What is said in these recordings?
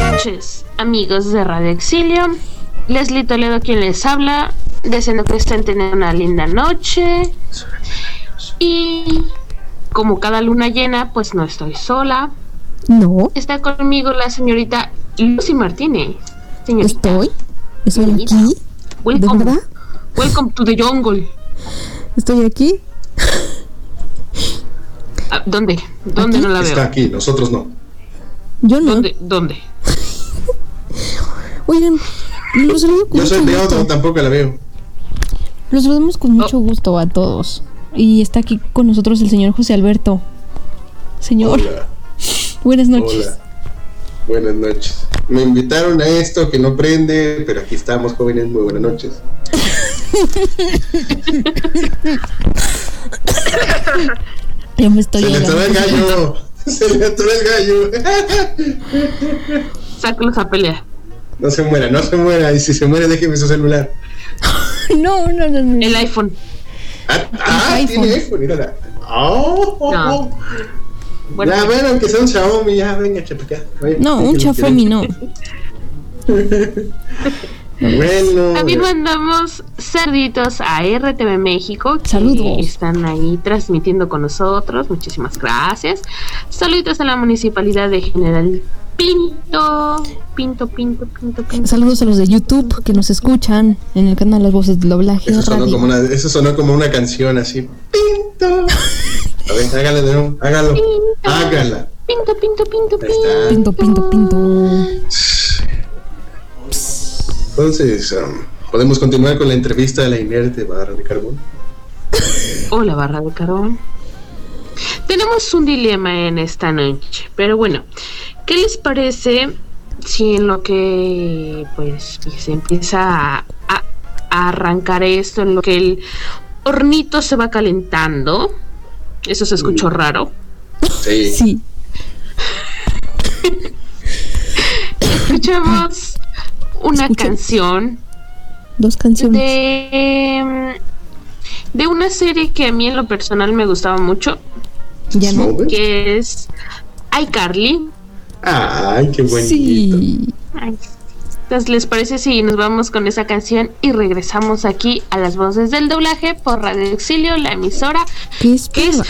noches, amigos de Radio Exilio. Leslie Toledo quien les habla, deseando que estén teniendo una linda noche. Y como cada luna llena, pues no estoy sola. No, Está conmigo la señorita Lucy Martínez. Señorita, estoy. Estoy aquí. ¿De welcome, verdad? welcome to the jungle. Estoy aquí. Ah, ¿Dónde? ¿Dónde no la veo? Está aquí, nosotros no. Yo no. ¿Dónde? ¿Dónde? Oigan, los saludo con Yo soy mucho Leo, gusto. no, tampoco la veo. Los saludamos Oh. con mucho gusto a todos. Y está aquí con nosotros el señor José Alberto. Señor, Hola, buenas noches. hola. Buenas noches. Me invitaron a esto que no prende, pero aquí estamos, jóvenes. Muy buenas noches. Yo me estoy Se le atoró el ahogando. gallo. Se le atoró el gallo. Sácalos a pelear. No se muera, no se muera. Y si se muere, déjeme su celular. No, no, no, no. El iPhone. Ah, ah, iPhone. tiene iPhone, mírala. Oh, oh, No. oh. Bueno, ya, bueno, que sea un Xiaomi, ya, venga, chapaca. No, un Xiaomi no. Bueno. También mandamos cerditos a RTV México que Saludos. están ahí transmitiendo con nosotros. Muchísimas gracias. Saluditos a la municipalidad de General Pinto. Pinto, Pinto, Pinto, Pinto. Saludos a los de YouTube que nos escuchan en el canal Las Voces del Doblaje Eso sonó, Radio. como una, eso sonó como una canción así. Pinto. A ver, hágalo de nuevo. Hágalo. Hágala. Pinto, Pinto, Pinto, Ahí está. Pinto. Pinto, pinto, pinto. Entonces, um, podemos continuar con la entrevista de la inerte barra de carbón. Hola, barra de carbón. Tenemos un dilema en esta noche, pero bueno, ¿qué les parece si en lo que pues se empieza a, a- a arrancar esto, en lo que el hornito se va calentando? Eso se escuchó raro. Sí. Sí, Escuchamos una Escucha. canción dos canciones. de de una serie que a mí en lo personal me gustaba mucho, Ya no. Smoke. que es iCarly. Ay, qué bonito. Sí. Ay, sí. Entonces, ¿les parece si nos vamos con esa canción y regresamos aquí a las voces del doblaje por Radio Exilio, la emisora? ¿Qué es? ¿Qué es?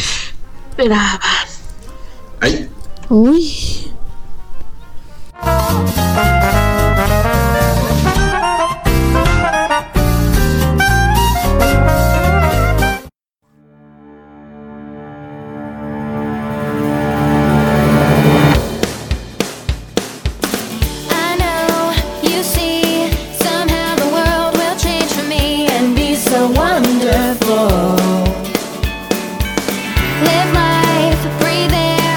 Esperaba. Ay, Uy. I know you see somehow the world will change for me and be so wonderful. Live life, breathe air.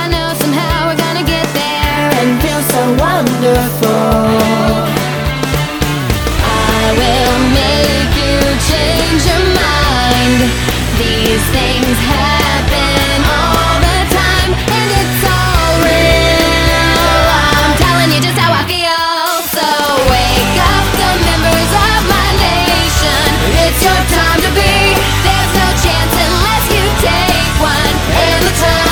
I know somehow we're gonna get there and feel so wonderful. I will make you change your mind. These things happen all the time, and it's all real. I'm telling you just how I feel. So wake up the members of my nation. It's your time to be. There's no chance unless you take one.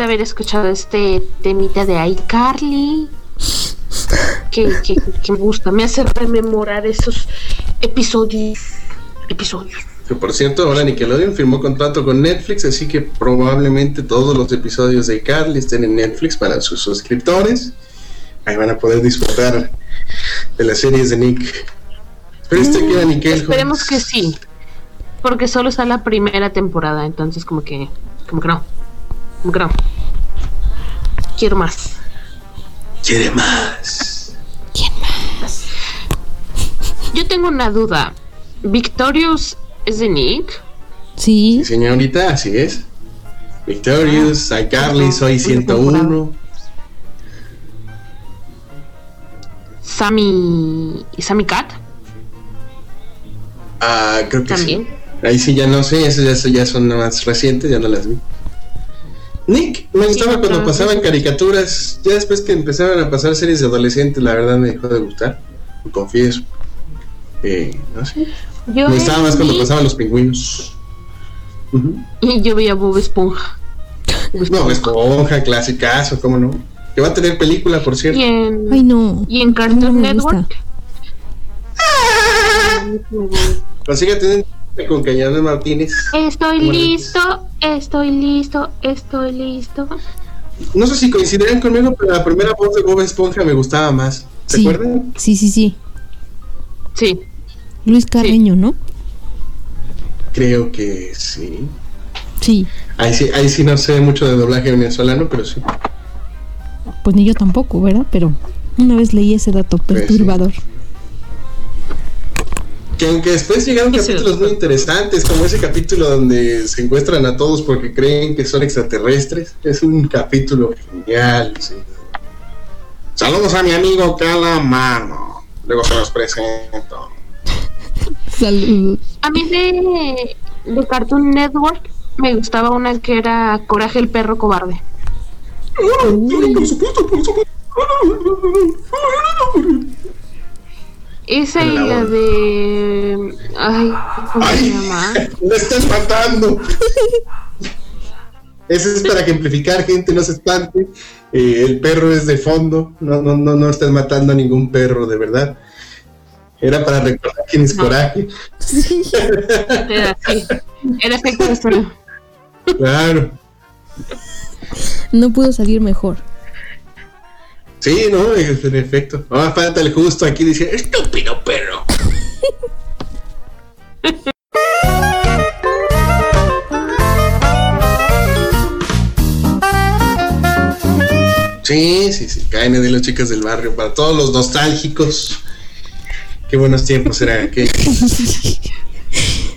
haber escuchado este temita de iCarly. Que, que, que me gusta, me hace rememorar esos episodios. Episodios. Que por cierto, ahora Nickelodeon firmó contrato con Netflix, así que probablemente todos los episodios de Carly estén en Netflix para sus suscriptores. Ahí van a poder disfrutar de las series de Nick. Pero Mm, este queda Nickel. Esperemos que sí. Porque solo está la primera temporada, entonces como que. como que no. Como que no. Quiero más. Quiere más. Yo tengo una duda. ¿Victorious es de Nick? Sí. Sí, señorita, así es. Ah. Victorious, iCarly, Soy 101. Sammy. Sammy Cat. Ah, creo que sí. También. Ahí sí ya no sé, esas ya, son- ya son más recientes, ya no las vi. Nick, me gustaba no, cuando no, pasaban no. caricaturas. Ya después que empezaban a pasar series de adolescentes, la verdad me dejó de gustar. lo Confieso. Eh, no sé. Yo Me gustaba más cuando vi- pasaban los pingüinos. Ujú. Y yo veía Bob Esponja. Bob Esponja. No, Esponja, clasicazo, cómo no. Que va a tener película, por cierto. Y en, Ay, no. y en No Cartoon me gusta. Network. Así que tienen con Cañador Martínez. Estoy Bueno. listo, estoy listo, estoy listo. No sé si coincidirán conmigo, pero la primera voz de Bob Esponja me gustaba más. ¿Se Sí. acuerdan? Sí, sí, sí. Sí, Luis Carreño, ¿no? Creo que sí. Sí. Ahí sí, ahí sí no sé mucho de doblaje venezolano, pero sí. Pues ni yo tampoco, ¿verdad? Pero una vez leí ese dato Pues sí. perturbador. Que aunque después llegaron Sí, sí, capítulos sí. muy interesantes, como ese capítulo donde se encuentran a todos porque creen que son extraterrestres. Es un capítulo genial. sí. Saludos a mi amigo Calamano. Luego se los presento. Saludos. a mí de, de Cartoon Network me gustaba una que era Coraje el perro cobarde. Por supuesto, por supuesto. Esa y La la otra. de. Ay, ¿cómo se ¡Ay! llama? ¡Me estás matando! Ese es para ejemplificar, gente, no se espante. Eh, el perro es de fondo. No, no, no, no estás matando a ningún perro, de verdad. Era para recordar quién es No. coraje. Sí. Era así. Era secuestro. Claro. No pudo salir mejor. Sí, no, Es- en efecto. Ahora falta el justo aquí dice, estúpido perro. Sí, sí, sí, caen de los chicos del barrio, para todos los nostálgicos. Qué buenos tiempos eran aquellos.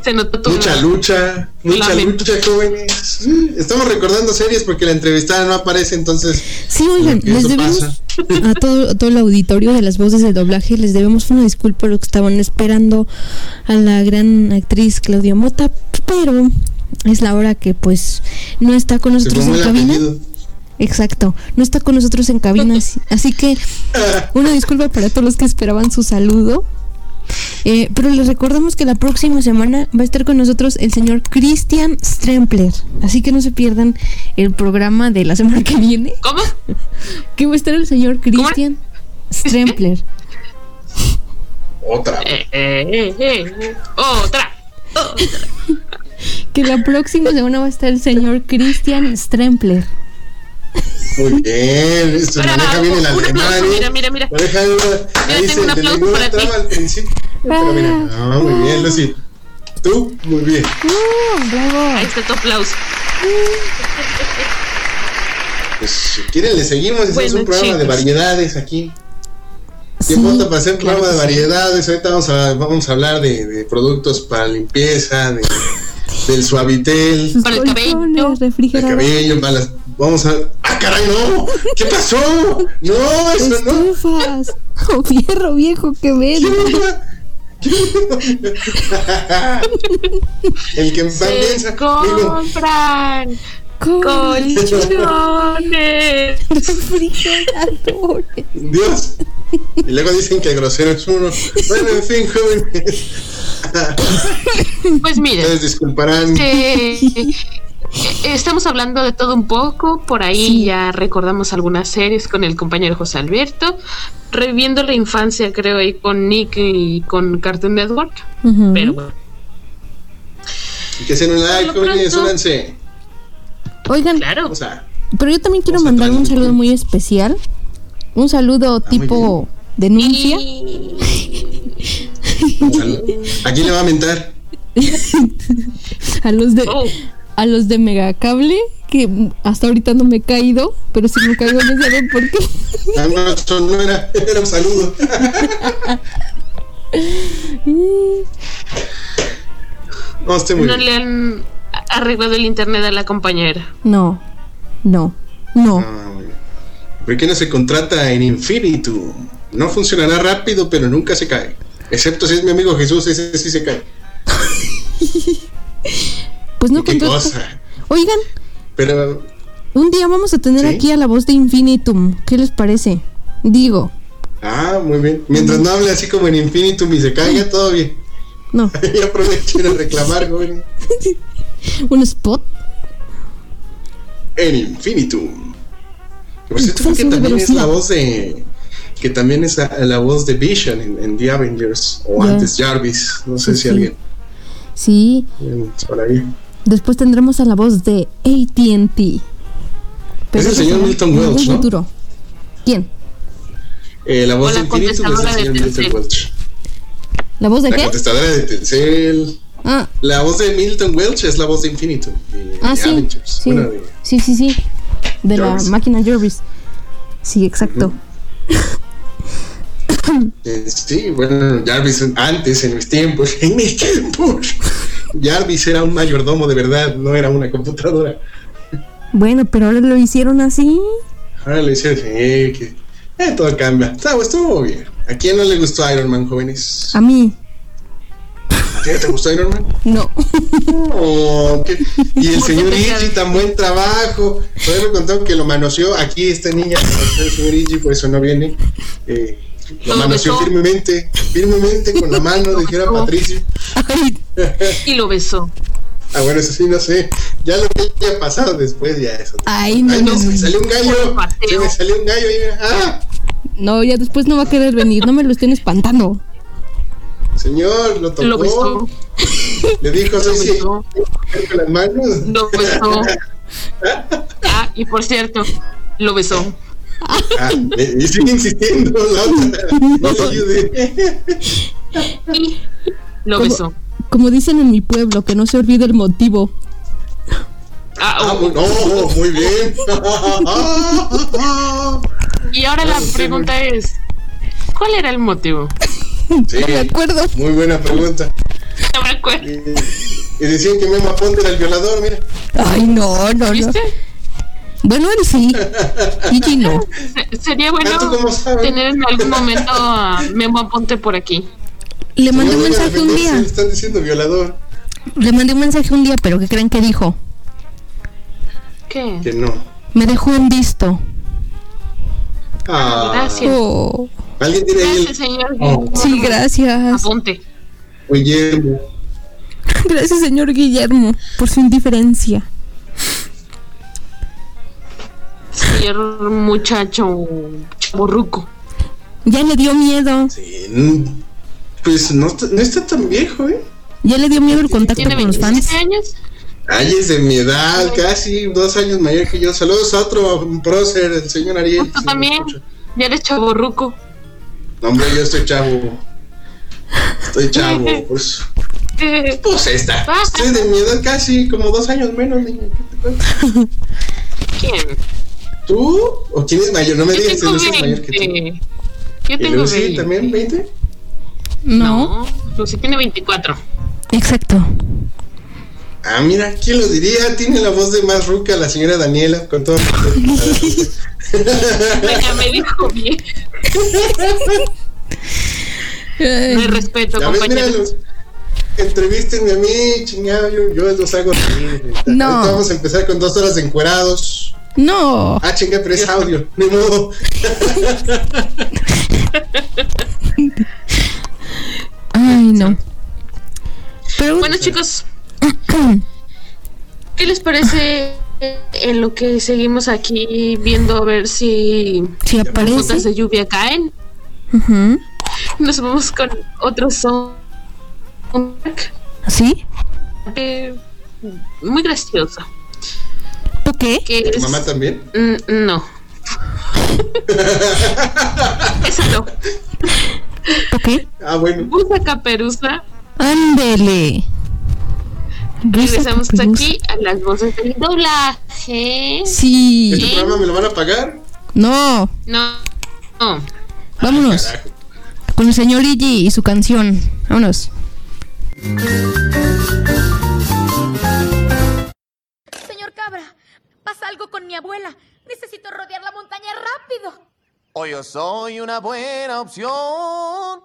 Se notó todo. Mucha lucha, mucha Lamento. lucha, jóvenes. Mm, Estamos recordando series porque la entrevistada no aparece, entonces Sí, oigan, Eso les debemos a todo, a todo el auditorio de las voces de doblaje, les debemos una disculpa lo que estaban esperando a la gran actriz Claudia Mota, pero es la hora que pues no está con se nosotros formó en el cabina. apellido. Exacto, no está con nosotros en cabina, así, así que una disculpa para todos los que esperaban su saludo. Eh, pero les recordamos que la próxima semana va a estar con nosotros el señor Christian Strempler. Así que no se pierdan el programa de la semana que viene. ¿Cómo? Que va a estar el señor ¿Cómo? Christian Strempler. Otra. Eh, eh, eh, eh. Otra. Que la próxima semana va a estar el señor Christian Strempler. Muy bien, se Bravo, maneja bien el un alemán. aplauso, ¿eh? mira, mira, mira. Maneja bien, ahí tengo se un le aplauso lengua para ti. Ah. traba al principio. Pero mira, no, muy bien, Lucy. Tú, muy bien. ¡Uh, Ahí bravo! está tu aplauso. Pues si quieren, le seguimos. Hacemos Bueno, un programa de chicos. variedades aquí. Sí, Tiempo falta para hacer un claro programa de que sí. variedades. Ahorita vamos a, vamos a hablar de, de productos para limpieza, de- del suavitel, Sus Para el cabello. colchones, del refrigerador. cabello, para las. Vamos a. ¡Ah, caray, no! ¿Qué pasó? No, eso no. Estufas. Oh, fierro viejo que ven. El que empieza Se compran Con colchones. refrigeradores. Dios. Y luego dicen que el grosero es uno. Bueno, en fin, jóvenes. Pues miren, Pues, Ustedes disculparán. este, estamos hablando de todo un poco, por ahí Sí. ya recordamos algunas series con el compañero José Alberto, reviviendo la infancia creo ahí con Nick y con Cartoon Network, Ujú. pero bueno. Y que se un like, Por lo jóvenes, pronto- únanse. Oigan, Claro, O sea, pero yo también quiero Vamos a mandar un transmitir. saludo muy especial. Un saludo Ah, muy tipo denuncia. y ¿a quién le va a mentar? a los de Oh. a los de Megacable que hasta ahorita no me he caído, pero si me caigo no saben por qué. Ah, no, eso no era, era un saludo. No, esté muy no bien. le han a- arreglado el internet a la compañera. No. No. No. Ah, muy bien. ¿Por qué no se contrata en Infinitu? No funcionará rápido, pero nunca se cae. Excepto si es mi amigo Jesús, ese sí se cae. Pues no ¿Qué contrata. cosa? Oigan, Pero un día vamos a tener ¿Sí? aquí a la voz de Infinitum. ¿Qué les parece? Digo, Ah, muy bien. Mientras no hable así como en Infinitum y se Mm. caiga, todo bien. no, Y aprovechen a reclamar, joven. un spot. En Infinitum. Que por cierto, creo Entonces, que sí, también pero es sí. la voz de. Que también es la, la voz de Vision en, en The Avengers. O Ya. antes Jarvis. No sé Sí, si sí. alguien. Sí, alguien Por ahí. después tendremos a la voz de AT&T. Es el eso señor será Milton en Welch, algún ¿no? futuro. ¿Quién? Eh, la voz O la de Infinitum es el contestadora de señor Milton Telcel. Welch. ¿La voz de La qué? contestadora de Telcel. Ah, La voz de Milton Welch es la voz de Infinitum. De, Ah, de sí. Avengers. Sí. Bueno, de- sí, sí, sí. De Jarvis. la máquina Jarvis. Sí, exacto. Eh, Sí, bueno, Jarvis antes, en mis tiempos, en mis tiempos, Jarvis era un mayordomo de verdad, no era una computadora. Bueno, pero ahora lo hicieron así. Ahora le dicen, eh, que eh, todo cambia. Está, estuvo bien. ¿A quién no le gustó Iron Man, jóvenes? A mí, ¿A ti no te gustó Iron Man? no. No, Oh, ¿qué? Y el Muy señor complicado. Iggy, tan buen trabajo. Todavía me contaron que lo manoseó. Aquí esta niña, el señor Iggy, por eso no viene. Eh, lo Lo manoseó besó. firmemente, firmemente con la mano, dijera besó. Patricio. Ay, Y lo besó. Ah, bueno, eso sí, no sé. Ya lo que haya pasado después, ya eso. ay, no, Ay, no, se me no. salió un gallo. Mateo. Se me salió un gallo. Y, mira, ah, No, ya después no va a querer venir. No me lo estén espantando. señor, lo tocó. Lo besó. Le dijo, Lo soy sí, besó. con las manos. Lo besó. Ah, y por cierto, lo besó. Ah, eh, y sigue insistiendo la otra. No le ayude. Y lo ¿Cómo? besó. Como dicen en mi pueblo, que no se olvide el motivo. Ah, Ah, oh. muy, no, muy bien. Y ahora la Claro, Ah, sí, pregunta es, ¿cuál era el motivo? Sí, No me acuerdo. muy buena pregunta. No me acuerdo. Y, y decían que Memo Aponte era el violador, mira. Ay, no, no, no. ¿Viste? Bueno, él sí. Gigi no. Se- Sería bueno Ah, ¿tú cómo sabes? tener en algún momento a Memo Aponte por aquí. Le mandé un Señor, oiga, mensaje un recuerde, día. le Están diciendo violador. Le mandé un mensaje un día, pero ¿qué creen que dijo? ¿Qué? Que no. Me dejó un visto. Ah, Gracias. Oh, Alguien tiene ahí Gracias, el señor Oh. sí, gracias. Aponte. Guillermo. Gracias, señor Guillermo, por su indiferencia. Señor muchacho chaborruco. Ya le dio miedo. Sí, mm, pues no, está- no está tan viejo, ¿eh? Ya le dio miedo el contacto ¿Tiene con los fans. 27 años? Ay, es de mi edad, casi dos años mayor que yo. Saludos a otro prócer, el señor Ariel. Tú si me también. escucha. Ya eres chaborruco. No, hombre, yo estoy chavo. Estoy chavo, pues. Eh, Pues esta. Ah. Estoy de mi edad casi, como dos años menos, niña. ¿Qué te pasa? ¿Quién? ¿Tú? ¿O quién es mayor? No me Yo digas que tengo Lucy es mayor que tú. 20. Yo ¿Y tengo Lucy 20. también, 20? No, No, Lucy tiene 24. exacto. Ah, mira, ¿quién lo diría? Tiene la voz de más ruca la señora Daniela, con todo respeto. Doña me dijo bien. No hay respeto, Ya ves, mira, compañeros. los- entrevístenme a mí, chingado, yo, yo los hago reír. No. Ahorita vamos a empezar con dos horas de encuerados. No. Ah, chinga, pero es audio, ni modo. Ay, no. Pero Bueno, chicos, ¿Qué les parece eh, en lo que seguimos aquí viendo a ver si Si las gotas aparece. de lluvia caen? Ujú. Nos vamos con otro soundtrack ¿Ah, ¿Sí? eh, muy gracioso. ¿Por qué? Que ¿Tu es- mamá también? Mm, no. Esa no. ¿Por qué? Ah, bueno. Usa Caperuza. Ándele. Regresamos Risa Caperuza. aquí a las voces del doblaje. Sí. ¿Este programa me lo van a pagar? No. No. No. Vámonos. Carajo. Con el señor Iggy y su canción. Vámonos. Señor Cabra, pasa algo con mi abuela. Necesito rodear la montaña rápido. O yo soy una buena opción.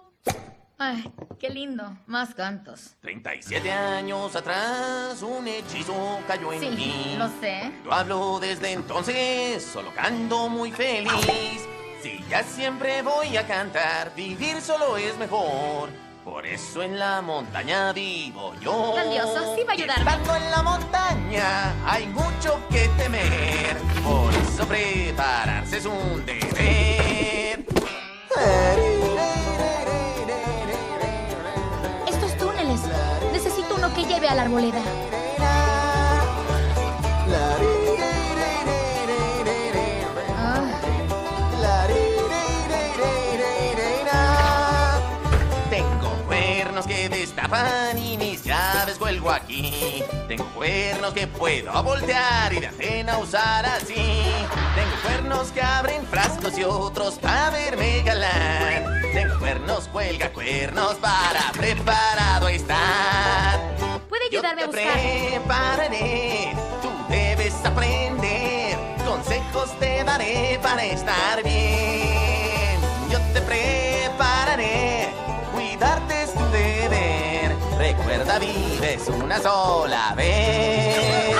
Ay, qué lindo. Más cantos. 37 años atrás, un hechizo cayó en mí. Sí, lo sé. Yo hablo desde entonces, solo canto muy feliz. Si ya siempre voy a cantar, vivir solo es mejor. Por eso en la montaña vivo yo. Grandioso, sí va a Y ayudarme. estando en la montaña hay mucho que temer. Por eso prepararse es un deber. Estos túneles. Necesito uno que lleve a la arboleda. Ah, Tengo cuernos que destapan y mis llaves cuelgo aquí. Tengo cuernos que puedo voltear y de ajena usar así. Tengo cuernos que abren frascos y otros para verme galán. Tengo cuernos cuelga cuernos para preparado estar. ¿Puede Yo ayudarme te a buscar? prepararé, tú debes aprender. Consejos te daré para estar bien. Yo te prepararé, cuidarte es tu deber. Recuerda, vives una sola vez.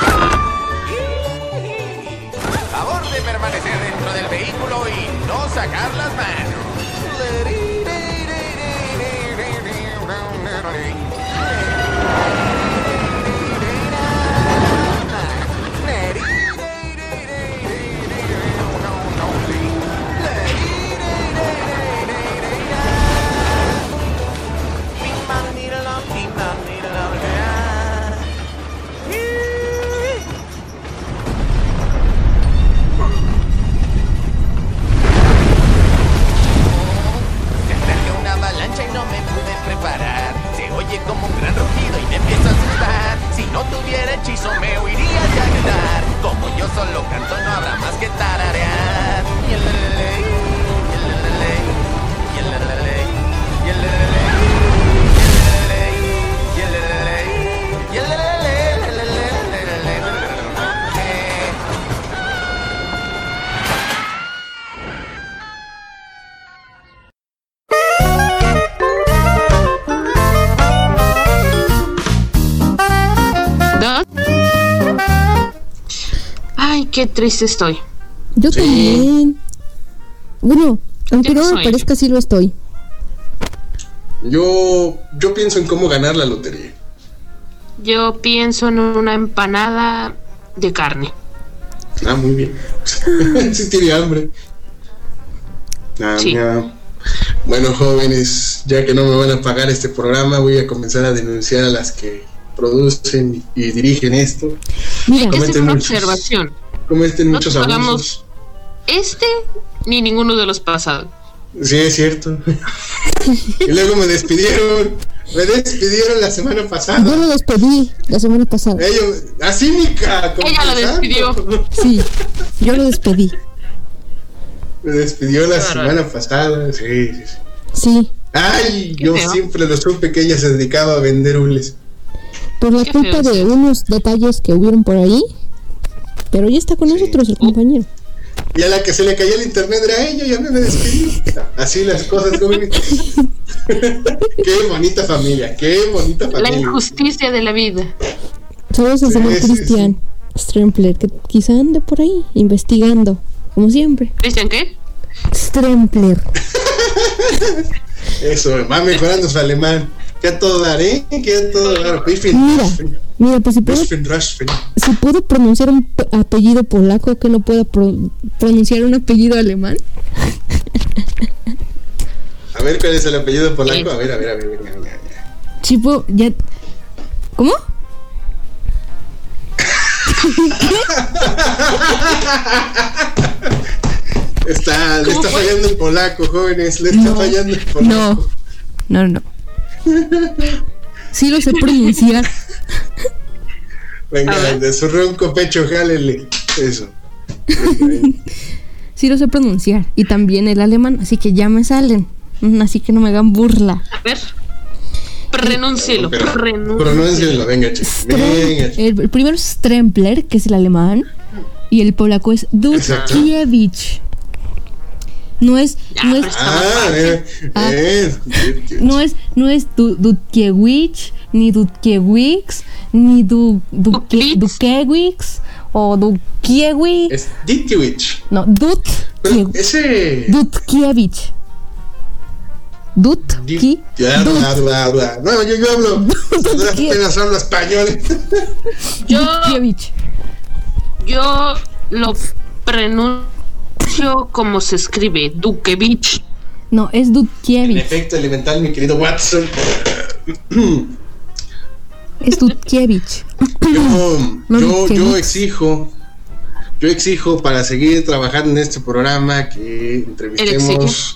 Favor de permanecer dentro del vehículo y no sacar las manos. Se acerca una avalancha y no me pude preparar. Se oye como un gran rugido y me empiezo a asustar. Si no tuviera hechizo me huiría de ayudar. Como yo solo canto no habrá más que tararear. Yelalele, yelalele, yelalele, yelalele, yelalele, yelalele, yelalele, yelalele. Dos. Ay, qué triste estoy. Yo Sí. también. Bueno, aunque Yo no me soy. parezca, sí lo estoy. Yo, yo pienso en cómo ganar la lotería. Yo pienso en una empanada de carne. Ah, muy bien. sí tiene hambre. Ah, Sí. ya. Bueno, jóvenes, ya que no me van a pagar este programa, voy a comenzar a denunciar a las que producen y dirigen esto. Mira, Esa es Cometen una muchos. observación. Cometen No muchos te pagamos. abusos. Este ni ninguno de los pasados. Sí, es cierto. y luego me despidieron. Me despidieron la semana yo pasada. lo despedí la semana pasada. Ellos, a cínica. Ella la despidió. Sí, yo lo despedí. Me despidió la Qué bárbaro. semana pasada. Sí, sí, sí. Sí, Ay, Qué yo feo. siempre lo supe que ella se dedicaba a vender hules. por la Qué culpa feo. de unos detalles que hubieron por ahí. Pero ya está con nosotros el compañero. Y a la que se le cayó el internet era ella y a mí me despidió. Así las cosas, jóvenes. qué bonita familia, qué bonita La familia. injusticia de la vida. Saludos a Sí, señor sí, Cristian Strempler, que quizá ande por ahí investigando, como siempre. ¿Cristian qué? Strempler. Eso, va mejorando su alemán. Ya todo daré, ya todo dar. Piffin, Mira, mira, pues si puedo, Rushfin, Rushfin. si puedo pronunciar un p- apellido polaco, que no puedo pro- pronunciar un apellido alemán. A ver cuál es el apellido polaco. A ver, a ver, a ver. venga, venga, venga. Chipo, ya. ¿Cómo? Está, le está fallando el polaco, jóvenes. Le está fallando el polaco. No, no, no. Sí lo sé pronunciar. A Venga, ver. de su ronco pecho, jálele. Eso. Sí lo sé pronunciar. Y también el alemán, así que ya me salen. Mm, Así que no me hagan burla. A ver. Renúncielo. Pero Renúncielo. Pronúncienlo, venga, chicos. Venga, chicos. El, el primero es Strempler, que es el alemán. Y el polaco es Dudkiewicz. No es, no es, Ah, eh, Ah. eh, no es, no es Du- Dudkiewicz, ni Dudkiewicz, ni Du- Duque- Dudkiewicz. Dukiewicz, o Dukiewicz. Es Ditkiewicz. No, Pero Dutkiewicz. Ese. Dutkiewicz. Dutki. Ya, Dut. bla, bla, bla. No, yo, yo hablo. Nosotros apenas hablo español. Yo, Dutkiewicz. yo lo pronuncio como se escribe. Dukevich. No, es El Dutkiewicz. efecto elemental, mi querido Watson. Es Dutkiewicz. Yo, No, yo, que yo no. exijo, yo exijo para seguir trabajando en este programa que entrevistemos,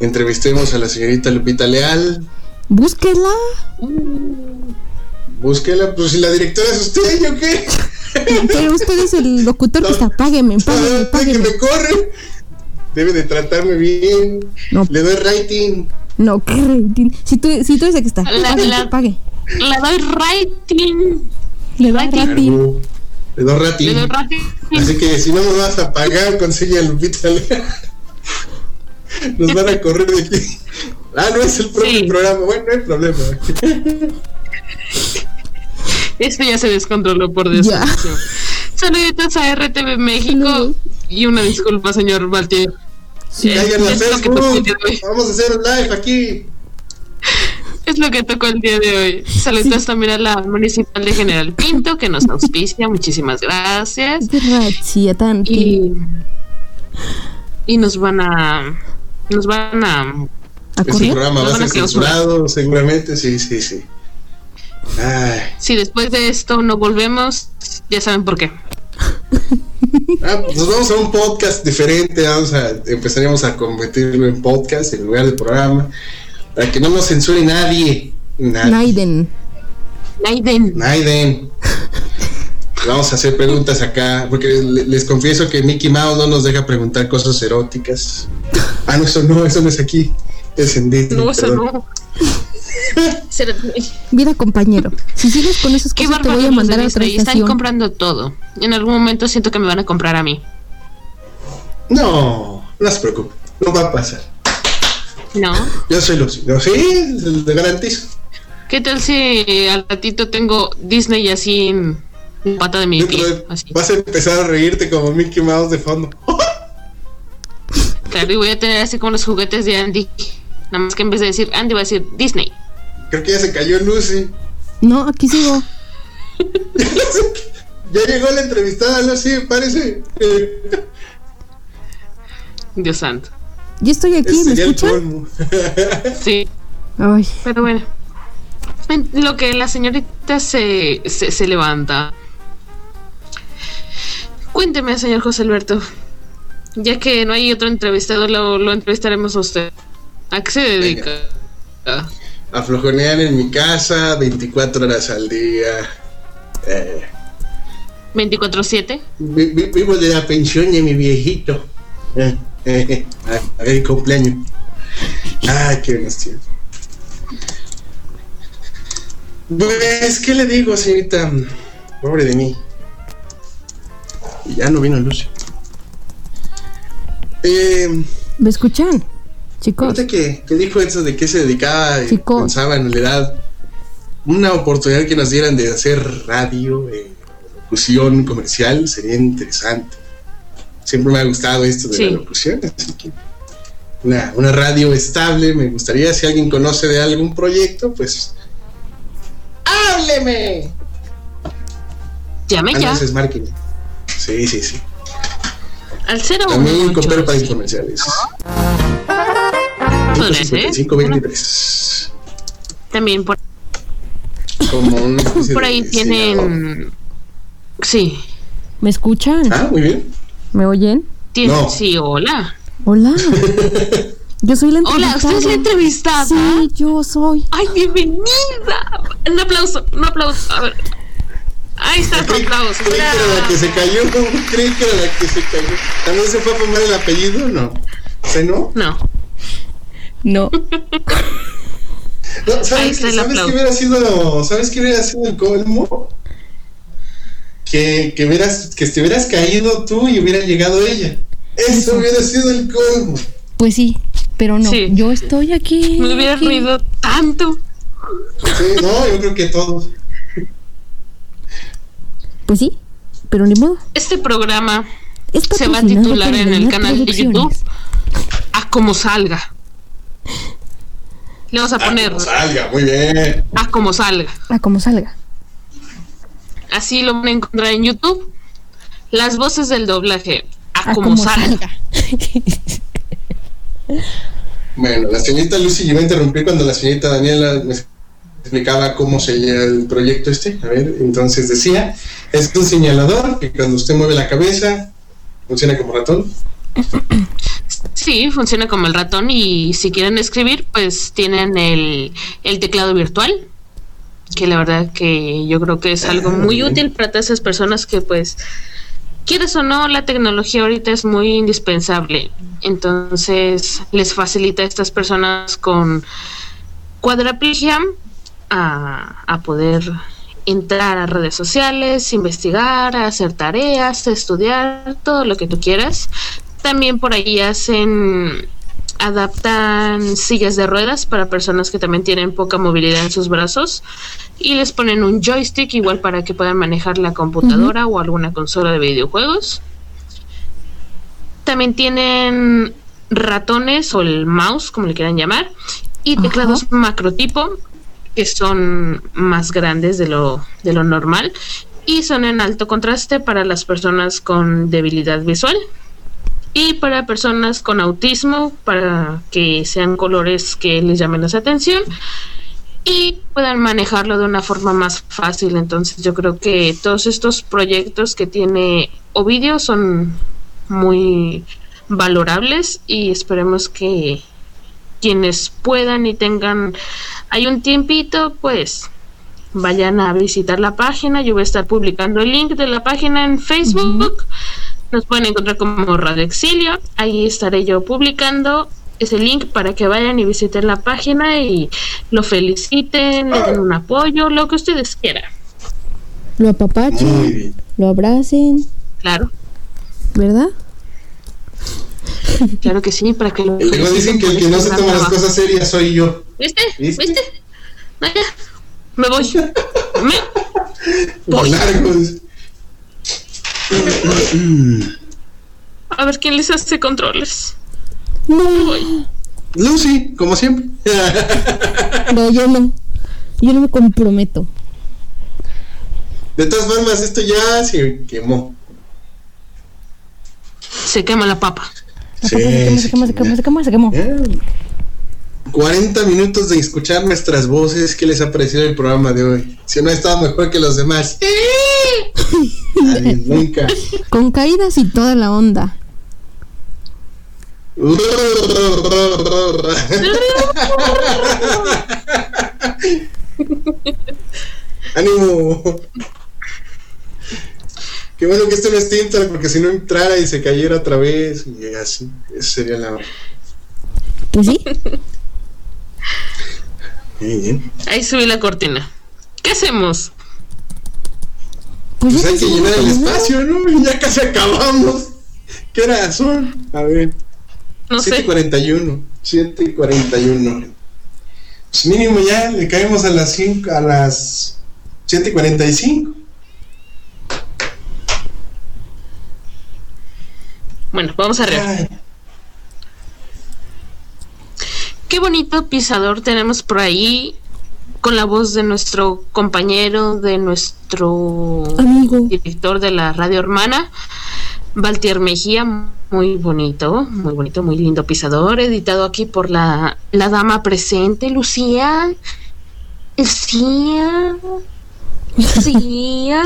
entrevistemos a la señorita Lupita Leal. Búsquela. Búsquela, pues si la directora es usted, ¿yo qué? Pero usted es el locutor que está. Págueme, págueme, ¿Sabe que págueme. me corre? Debe de tratarme bien. No. Le doy rating. No, qué rating. Si tú, si tú eres el que está. La- Págueme, la- pague. Le doy rating. Le da rating. rating. Le doy rating. Le doy rating. Así que si no me vas a pagar, consigue a Lupita Leal. Nos van a correr de aquí. Ah, no es el propio Sí. programa. Bueno, no hay problema. Esto ya se descontroló por desgracia. Saluditos a RTV México. Saludos. Y una disculpa, señor Valtier. Eh, Vayan a es lo que tocó el día de hoy. Facebook. Vamos a hacer un live aquí. Es lo que tocó el día de hoy. Saludos también a la municipal de General Pinto que nos auspicia. Muchísimas gracias. Gracias, tanto. Y, y nos van a. Nos van a. ¿A Este correr? programa Lo va a van ser a clausurar. censurado, seguramente. Sí, sí, sí. Ay. Si después de esto no volvemos, ya saben por qué. Ah, pues nos vamos a un podcast diferente. Vamos a, empezaremos a convertirlo en podcast en lugar de programa. Para que no nos censure nadie. Nadie. Naiden. Naiden. Naiden. Vamos a hacer preguntas acá, porque le- les confieso que Mickey Mouse no nos deja preguntar cosas eróticas. Ah, no, eso no, eso no es aquí. Es en Disney. No, eso perdón. no. Será- Mira, compañero. Si sigues con esas Qué cosas, Pues te voy a bárbaros los mandar de a otra Disney. Están estación. comprando todo. En algún momento siento que me van a comprar a mí. No, no se preocupe, no va a pasar. ¿No? Yo soy lúcido, sí, le garantizo. ¿Qué tal si al ratito tengo Disney así en la pata de mi Dentro pie? de- Así. vas a empezar a reírte como Mickey Mouse de fondo. Claro, y voy a tener así como los juguetes de Andy. Nada más que en vez de decir Andy, va a decir Disney. Creo que ya se cayó Lucy. No, aquí sigo. Ya llegó la entrevistada, Lucy, parece. Eh, Dios santo. Ya estoy aquí, ¿me ese sería el escuchan? colmo. Sí, Ay. pero bueno. En lo que la señorita se, se, se levanta. Cuénteme, señor José Alberto. Ya que no hay otro entrevistado, lo, lo entrevistaremos a usted. ¿A qué se dedica? aflojonean en mi casa 24 horas al día. Eh, ¿24-7? vi- vi- vivo de la pensión de mi viejito. Eh, eh, eh, a- a ver el cumpleaños. Ay, qué buenos tiempos. Pues, ¿qué le digo, señorita? Pobre de mí. Y Ya no vino Lucio. Eh, ¿Me escuchan? Chicos. Ahorita que, que dijo eso de qué se dedicaba y Chico. pensaba en la edad, una oportunidad que nos dieran de hacer radio, eh, locución comercial, sería interesante. Siempre me ha gustado esto de Sí. la locución, así que una, una radio estable. Me gustaría, si alguien conoce de algún proyecto, pues. ¡Hábleme! Llame Ah, no, ya ese es marketing. Sí, sí, sí. al 0 También comprar para comerciales. Podría ser. 555-23. También por, Como una especie por de ahí señal. tienen. Sí. ¿Me escuchan? Ah, muy bien. ¿Me oyen? Tienen, No. Sí, hola. Hola. Yo soy la Hola, ¿usted es la entrevistada. entrevistada? Sí, yo soy. ¡Ay, bienvenida! Un aplauso, un aplauso. A ver. Ahí está tu Creí aplauso. creí que era la que se cayó. Creí que era la que se cayó. ¿También se fue a poner el apellido? No. ¿Se no? No. No. No, Ahí ¿Sabes, está qué el ¿sabes aplauso. qué hubiera sido? ¿Sabes qué hubiera sido el colmo? Que, que, hubieras, que te hubieras caído tú y hubiera llegado ella. Eso hubiera sido el colmo. Pues sí, pero no. Sí. Yo estoy aquí. Me hubiera aquí. ruido tanto. Sí, no, yo creo que todos. Ah, Pues sí, pero ni modo. Este programa Es se va a patrocinado titular por en el Leonor canal de Producciones. YouTube A como salga. Le vamos a Ah, poner como salga, muy bien. A como salga. A como salga. Así lo van a encontrar en YouTube. Las voces del doblaje A, A como, como salga. Bueno, la señorita Lucy yo a interrumpir cuando la señorita Daniela me explicaba cómo sería el proyecto este. A ver, entonces decía, es un señalador que cuando usted mueve la cabeza funciona como ratón. Sí, funciona como el ratón y si quieren escribir, pues tienen el, el teclado virtual, que la verdad que yo creo que es algo Ah, muy bien. útil para todas esas personas que pues, quieres o no, la tecnología ahorita es muy indispensable. Entonces les facilita a estas personas con cuadraplegia a, a poder entrar a redes sociales, investigar, hacer tareas, estudiar, todo lo que tú quieras. También por ahí hacen, adaptan sillas de ruedas para personas que también tienen poca movilidad en sus brazos y les ponen un joystick igual para que puedan manejar la computadora o alguna consola de videojuegos. También tienen ratones o el mouse, como le quieran llamar, y Ajá. teclados macro tipo que son más grandes de lo, de lo normal y son en alto contraste para las personas con debilidad visual y para personas con autismo para que sean colores que les llamen la atención y puedan manejarlo de una forma más fácil. Entonces yo creo que todos estos proyectos que tiene Ovidio son muy valorables y esperemos que quienes puedan y tengan hay un tiempito, pues vayan a visitar la página. Yo voy a estar publicando el link de la página en Facebook. Nos pueden encontrar como Radio Exilio. Ahí estaré yo publicando ese link para que vayan y visiten la página y lo feliciten, le den un apoyo, lo que ustedes quieran. Lo apapachen, Muy bien. lo abracen, Claro, ¿verdad? claro que sí, para que lo Y luego dicen que el que no se toma las cosas serias soy yo. ¿Viste? ¿Viste? ¿Viste? No, ya. Me voy. Me... Por largos. A ver quién les hace controles. No, Voy. Lucy, como siempre. no, yo no. Yo no me comprometo. De todas formas, esto ya se quemó. Se quema la papa. Se quema, se quema, se quema, se quema, se quema. ¿Eh? 40 minutos de escuchar nuestras voces. ¿Qué les ha parecido el programa de hoy? Si no ha estado mejor que los demás. Nadie, nunca. Con caídas y toda la onda. ¡Ánimo! Qué bueno que esto no es Tintal, porque si no entrara y se cayera otra vez, y así, eso sería la. Pues sí, Muy bien. Ahí subí la cortina. ¿Qué hacemos? pues Pues ya hay que se llenar el acabó. espacio, ¿no? Y ya casi acabamos. ¿Qué hora son? A ver. No sé. 741. 741. Pues mínimo ya le caemos a las 5 a las 745. Bueno, vamos arriba. Ay. qué bonito pisador tenemos por ahí con la voz de nuestro compañero, de nuestro Amigo. director de la radio hermana, Valtier Mejía. Muy bonito, muy bonito, muy lindo pisador, editado aquí por la, la dama presente, Lucía. Lucía. Lucía.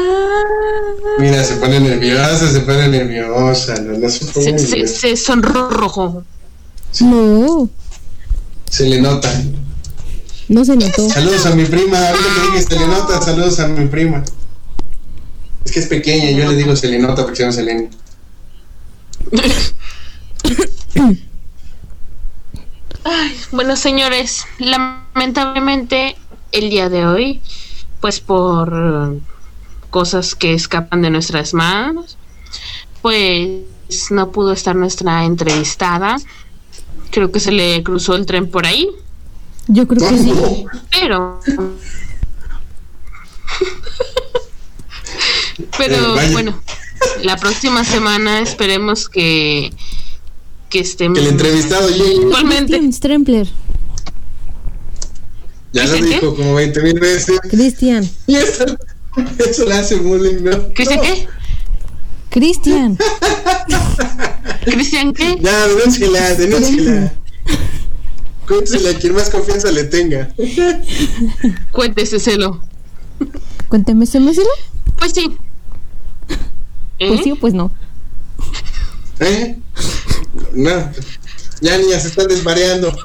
Mira, se pone nerviosa, se pone nerviosa. No, no se, Se, pone se, nerviosa. se sonrojó. No, Se le nota. no se notó. Saludos a mi prima. Ahorita que dije se le nota, saludos a mi prima. Es que es pequeña, yo le digo se le nota porque se llama Selene. Bueno, señores, lamentablemente el día de hoy, pues por eh, cosas que escapan de nuestras manos, pues no pudo estar nuestra entrevistada. Creo que se le cruzó el tren por ahí, Yo creo que sí. pero... Eh, pero vaya. bueno, la próxima semana esperemos que, que estemos... Que el entrevistado llegue. Igualmente, Christian Strempler. Ya lo ¿Dicen qué? dijo como 20 mil veces. Cristian. Y eso, eso le hace bullying, ¿no? ¿Cristian No, qué? Cristian. ¿Cristian qué? Ya, denúnciala, denúnciala. Cuéntesela a quien más confianza le tenga. Cuénteselo. Cuénteme, ¿se me sirve? Pues sí. Pues ¿Eh? sí o pues no. ¿Eh? No. Ya niñas se están desvariando.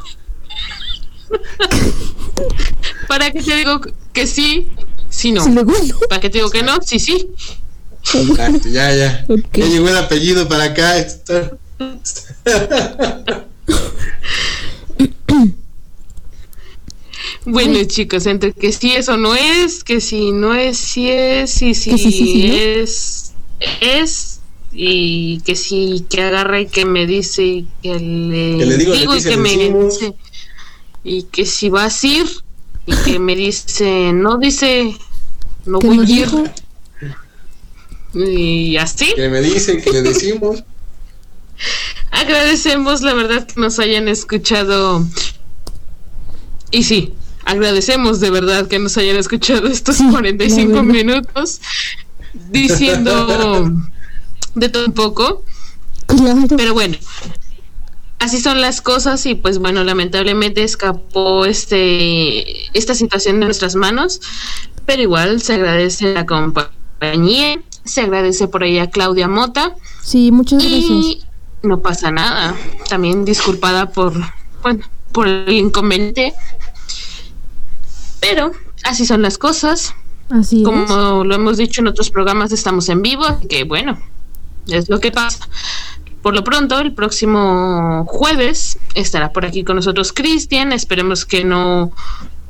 ¿Para qué te digo que sí? Sí, no. Si luego no. ¿Para qué te digo que no? Sí, sí. Exacto, ya, ya. Ok. Ya llegó el apellido para acá. está- Bueno, chicos, entre que sí eso no es, que si no es, sí es, y si Que sí, sí, sí, ¿no? es, es, y que sí, que agarra y que me dice, y que le, Que le digo, le y dice, que le me decimos. dice, y que si vas a ir, y que me dice, no dice, no Que voy no a ir, dijo. y así. Que me dicen, que le decimos. Agradecemos la verdad que nos hayan escuchado. Y sí, agradecemos de verdad que nos hayan escuchado estos 45 la verdad. minutos diciendo de todo un poco. Claro. Pero bueno, así son las cosas y pues bueno, lamentablemente escapó este esta situación de nuestras manos, pero igual se agradece la compañía, se agradece por ahí a Claudia Mota. Sí, muchas gracias. Y no pasa nada. También disculpada por, bueno, por el inconveniente. Pero así son las cosas. Así es. Como lo hemos dicho en otros programas, estamos en vivo. así Que bueno, es lo que pasa. Por lo pronto, el próximo jueves estará por aquí con nosotros Cristian. Esperemos que no,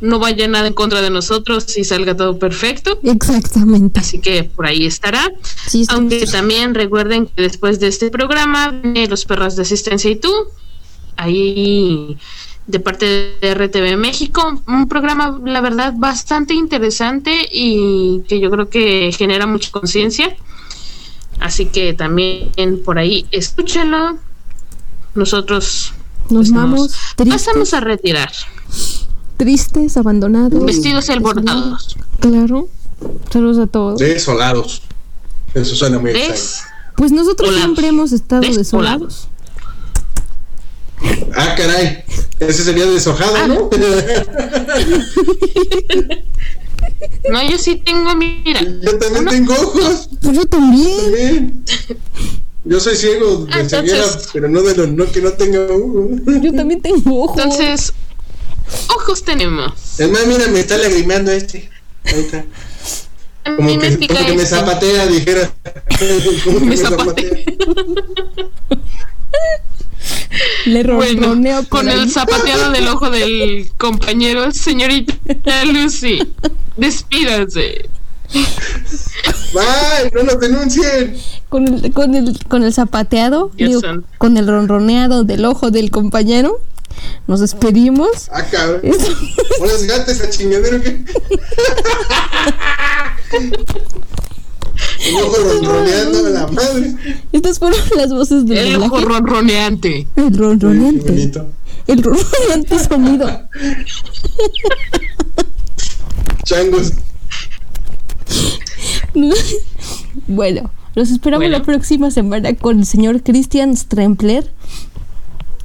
no vaya nada en contra de nosotros y salga todo perfecto. Exactamente. Así que por ahí estará. Sí, sí. Aunque también recuerden que después de este programa viene Los Perros de Asistencia y tú, ahí de parte de RTV México, un programa la verdad bastante interesante y que yo creo que genera mucha conciencia. Así que también por ahí escúchenlo. Nosotros Nos pues, vamos tristes, pasamos a retirar, tristes, abandonados. Pues vestidos alborotados. Claro. Saludos a todos. Desolados. Eso suena muy extraño. ¿Ves? Pues nosotros Hola. siempre hemos estado ¿Ves? desolados. Ah, caray. Ese sería deshojado, ¿no? Ah, No, yo sí tengo, mira. Yo también tengo ojos. Pero yo también. También. Yo soy ciego de Entonces- ceguera, pero no de los no que no tenga uno. Yo también tengo ojos. Entonces, ojos tenemos. Es más, mira, me está lagrimeando este. Ahí está. A mí Como que, me pica como que me esto. zapatea, dijera. Como que Me zapatea. Le Bueno, ronroneo por con ahí. el zapateado del ojo del compañero, señorita Lucy, despídase. Bye, no nos denuncien. con el, con el, con el zapateado, Dios digo, santo. con el ronroneado del ojo del compañero, nos despedimos. Ah, cabrón. Eso- Unas gatas a chingadero que. Un ojo ronroneando a la madre. Estas fueron las voces del El ojo doblaje. ronroneante. El Qué ronroneante. bonito. El ronronante sonido. Changos. bueno, los esperamos Bueno. la próxima semana con el señor Christian Strempler.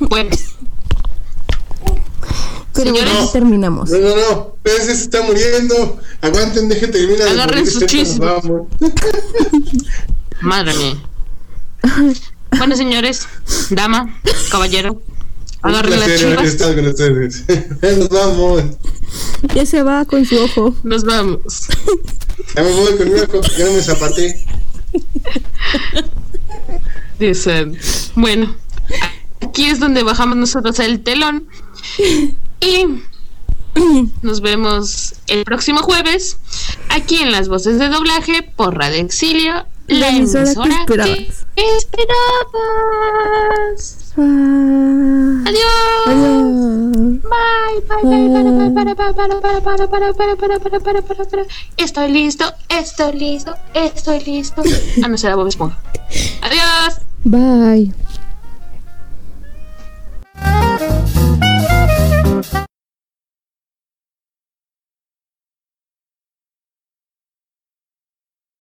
Bueno, Pero bueno, Señores. ya terminamos. No, no, no, ese se está muriendo. Aguanten, dejen terminar de Agarren morir, sus ahorita nos chismes. vamos. madre mía. Bueno, señores, dama, caballero, Un agarren las placer haber chivas. estado con ustedes. Nos vamos. Ya se va con su ojo. Nos vamos. Ya me voy conmigo, ya no me zapaté. Dicen, bueno, aquí es donde bajamos nosotros el telón. Y nos vemos el próximo jueves aquí en las voces de doblaje por Radio Exilio, la, emisora, que esperabas. Adiós. Bye, bye, bye, para, para, para, para, para, para, para, para, para, para, para, para, para. Estoy listo, Ah, estoy listo, estoy listo. A no ser a Bob Esponja. Adiós. Bye.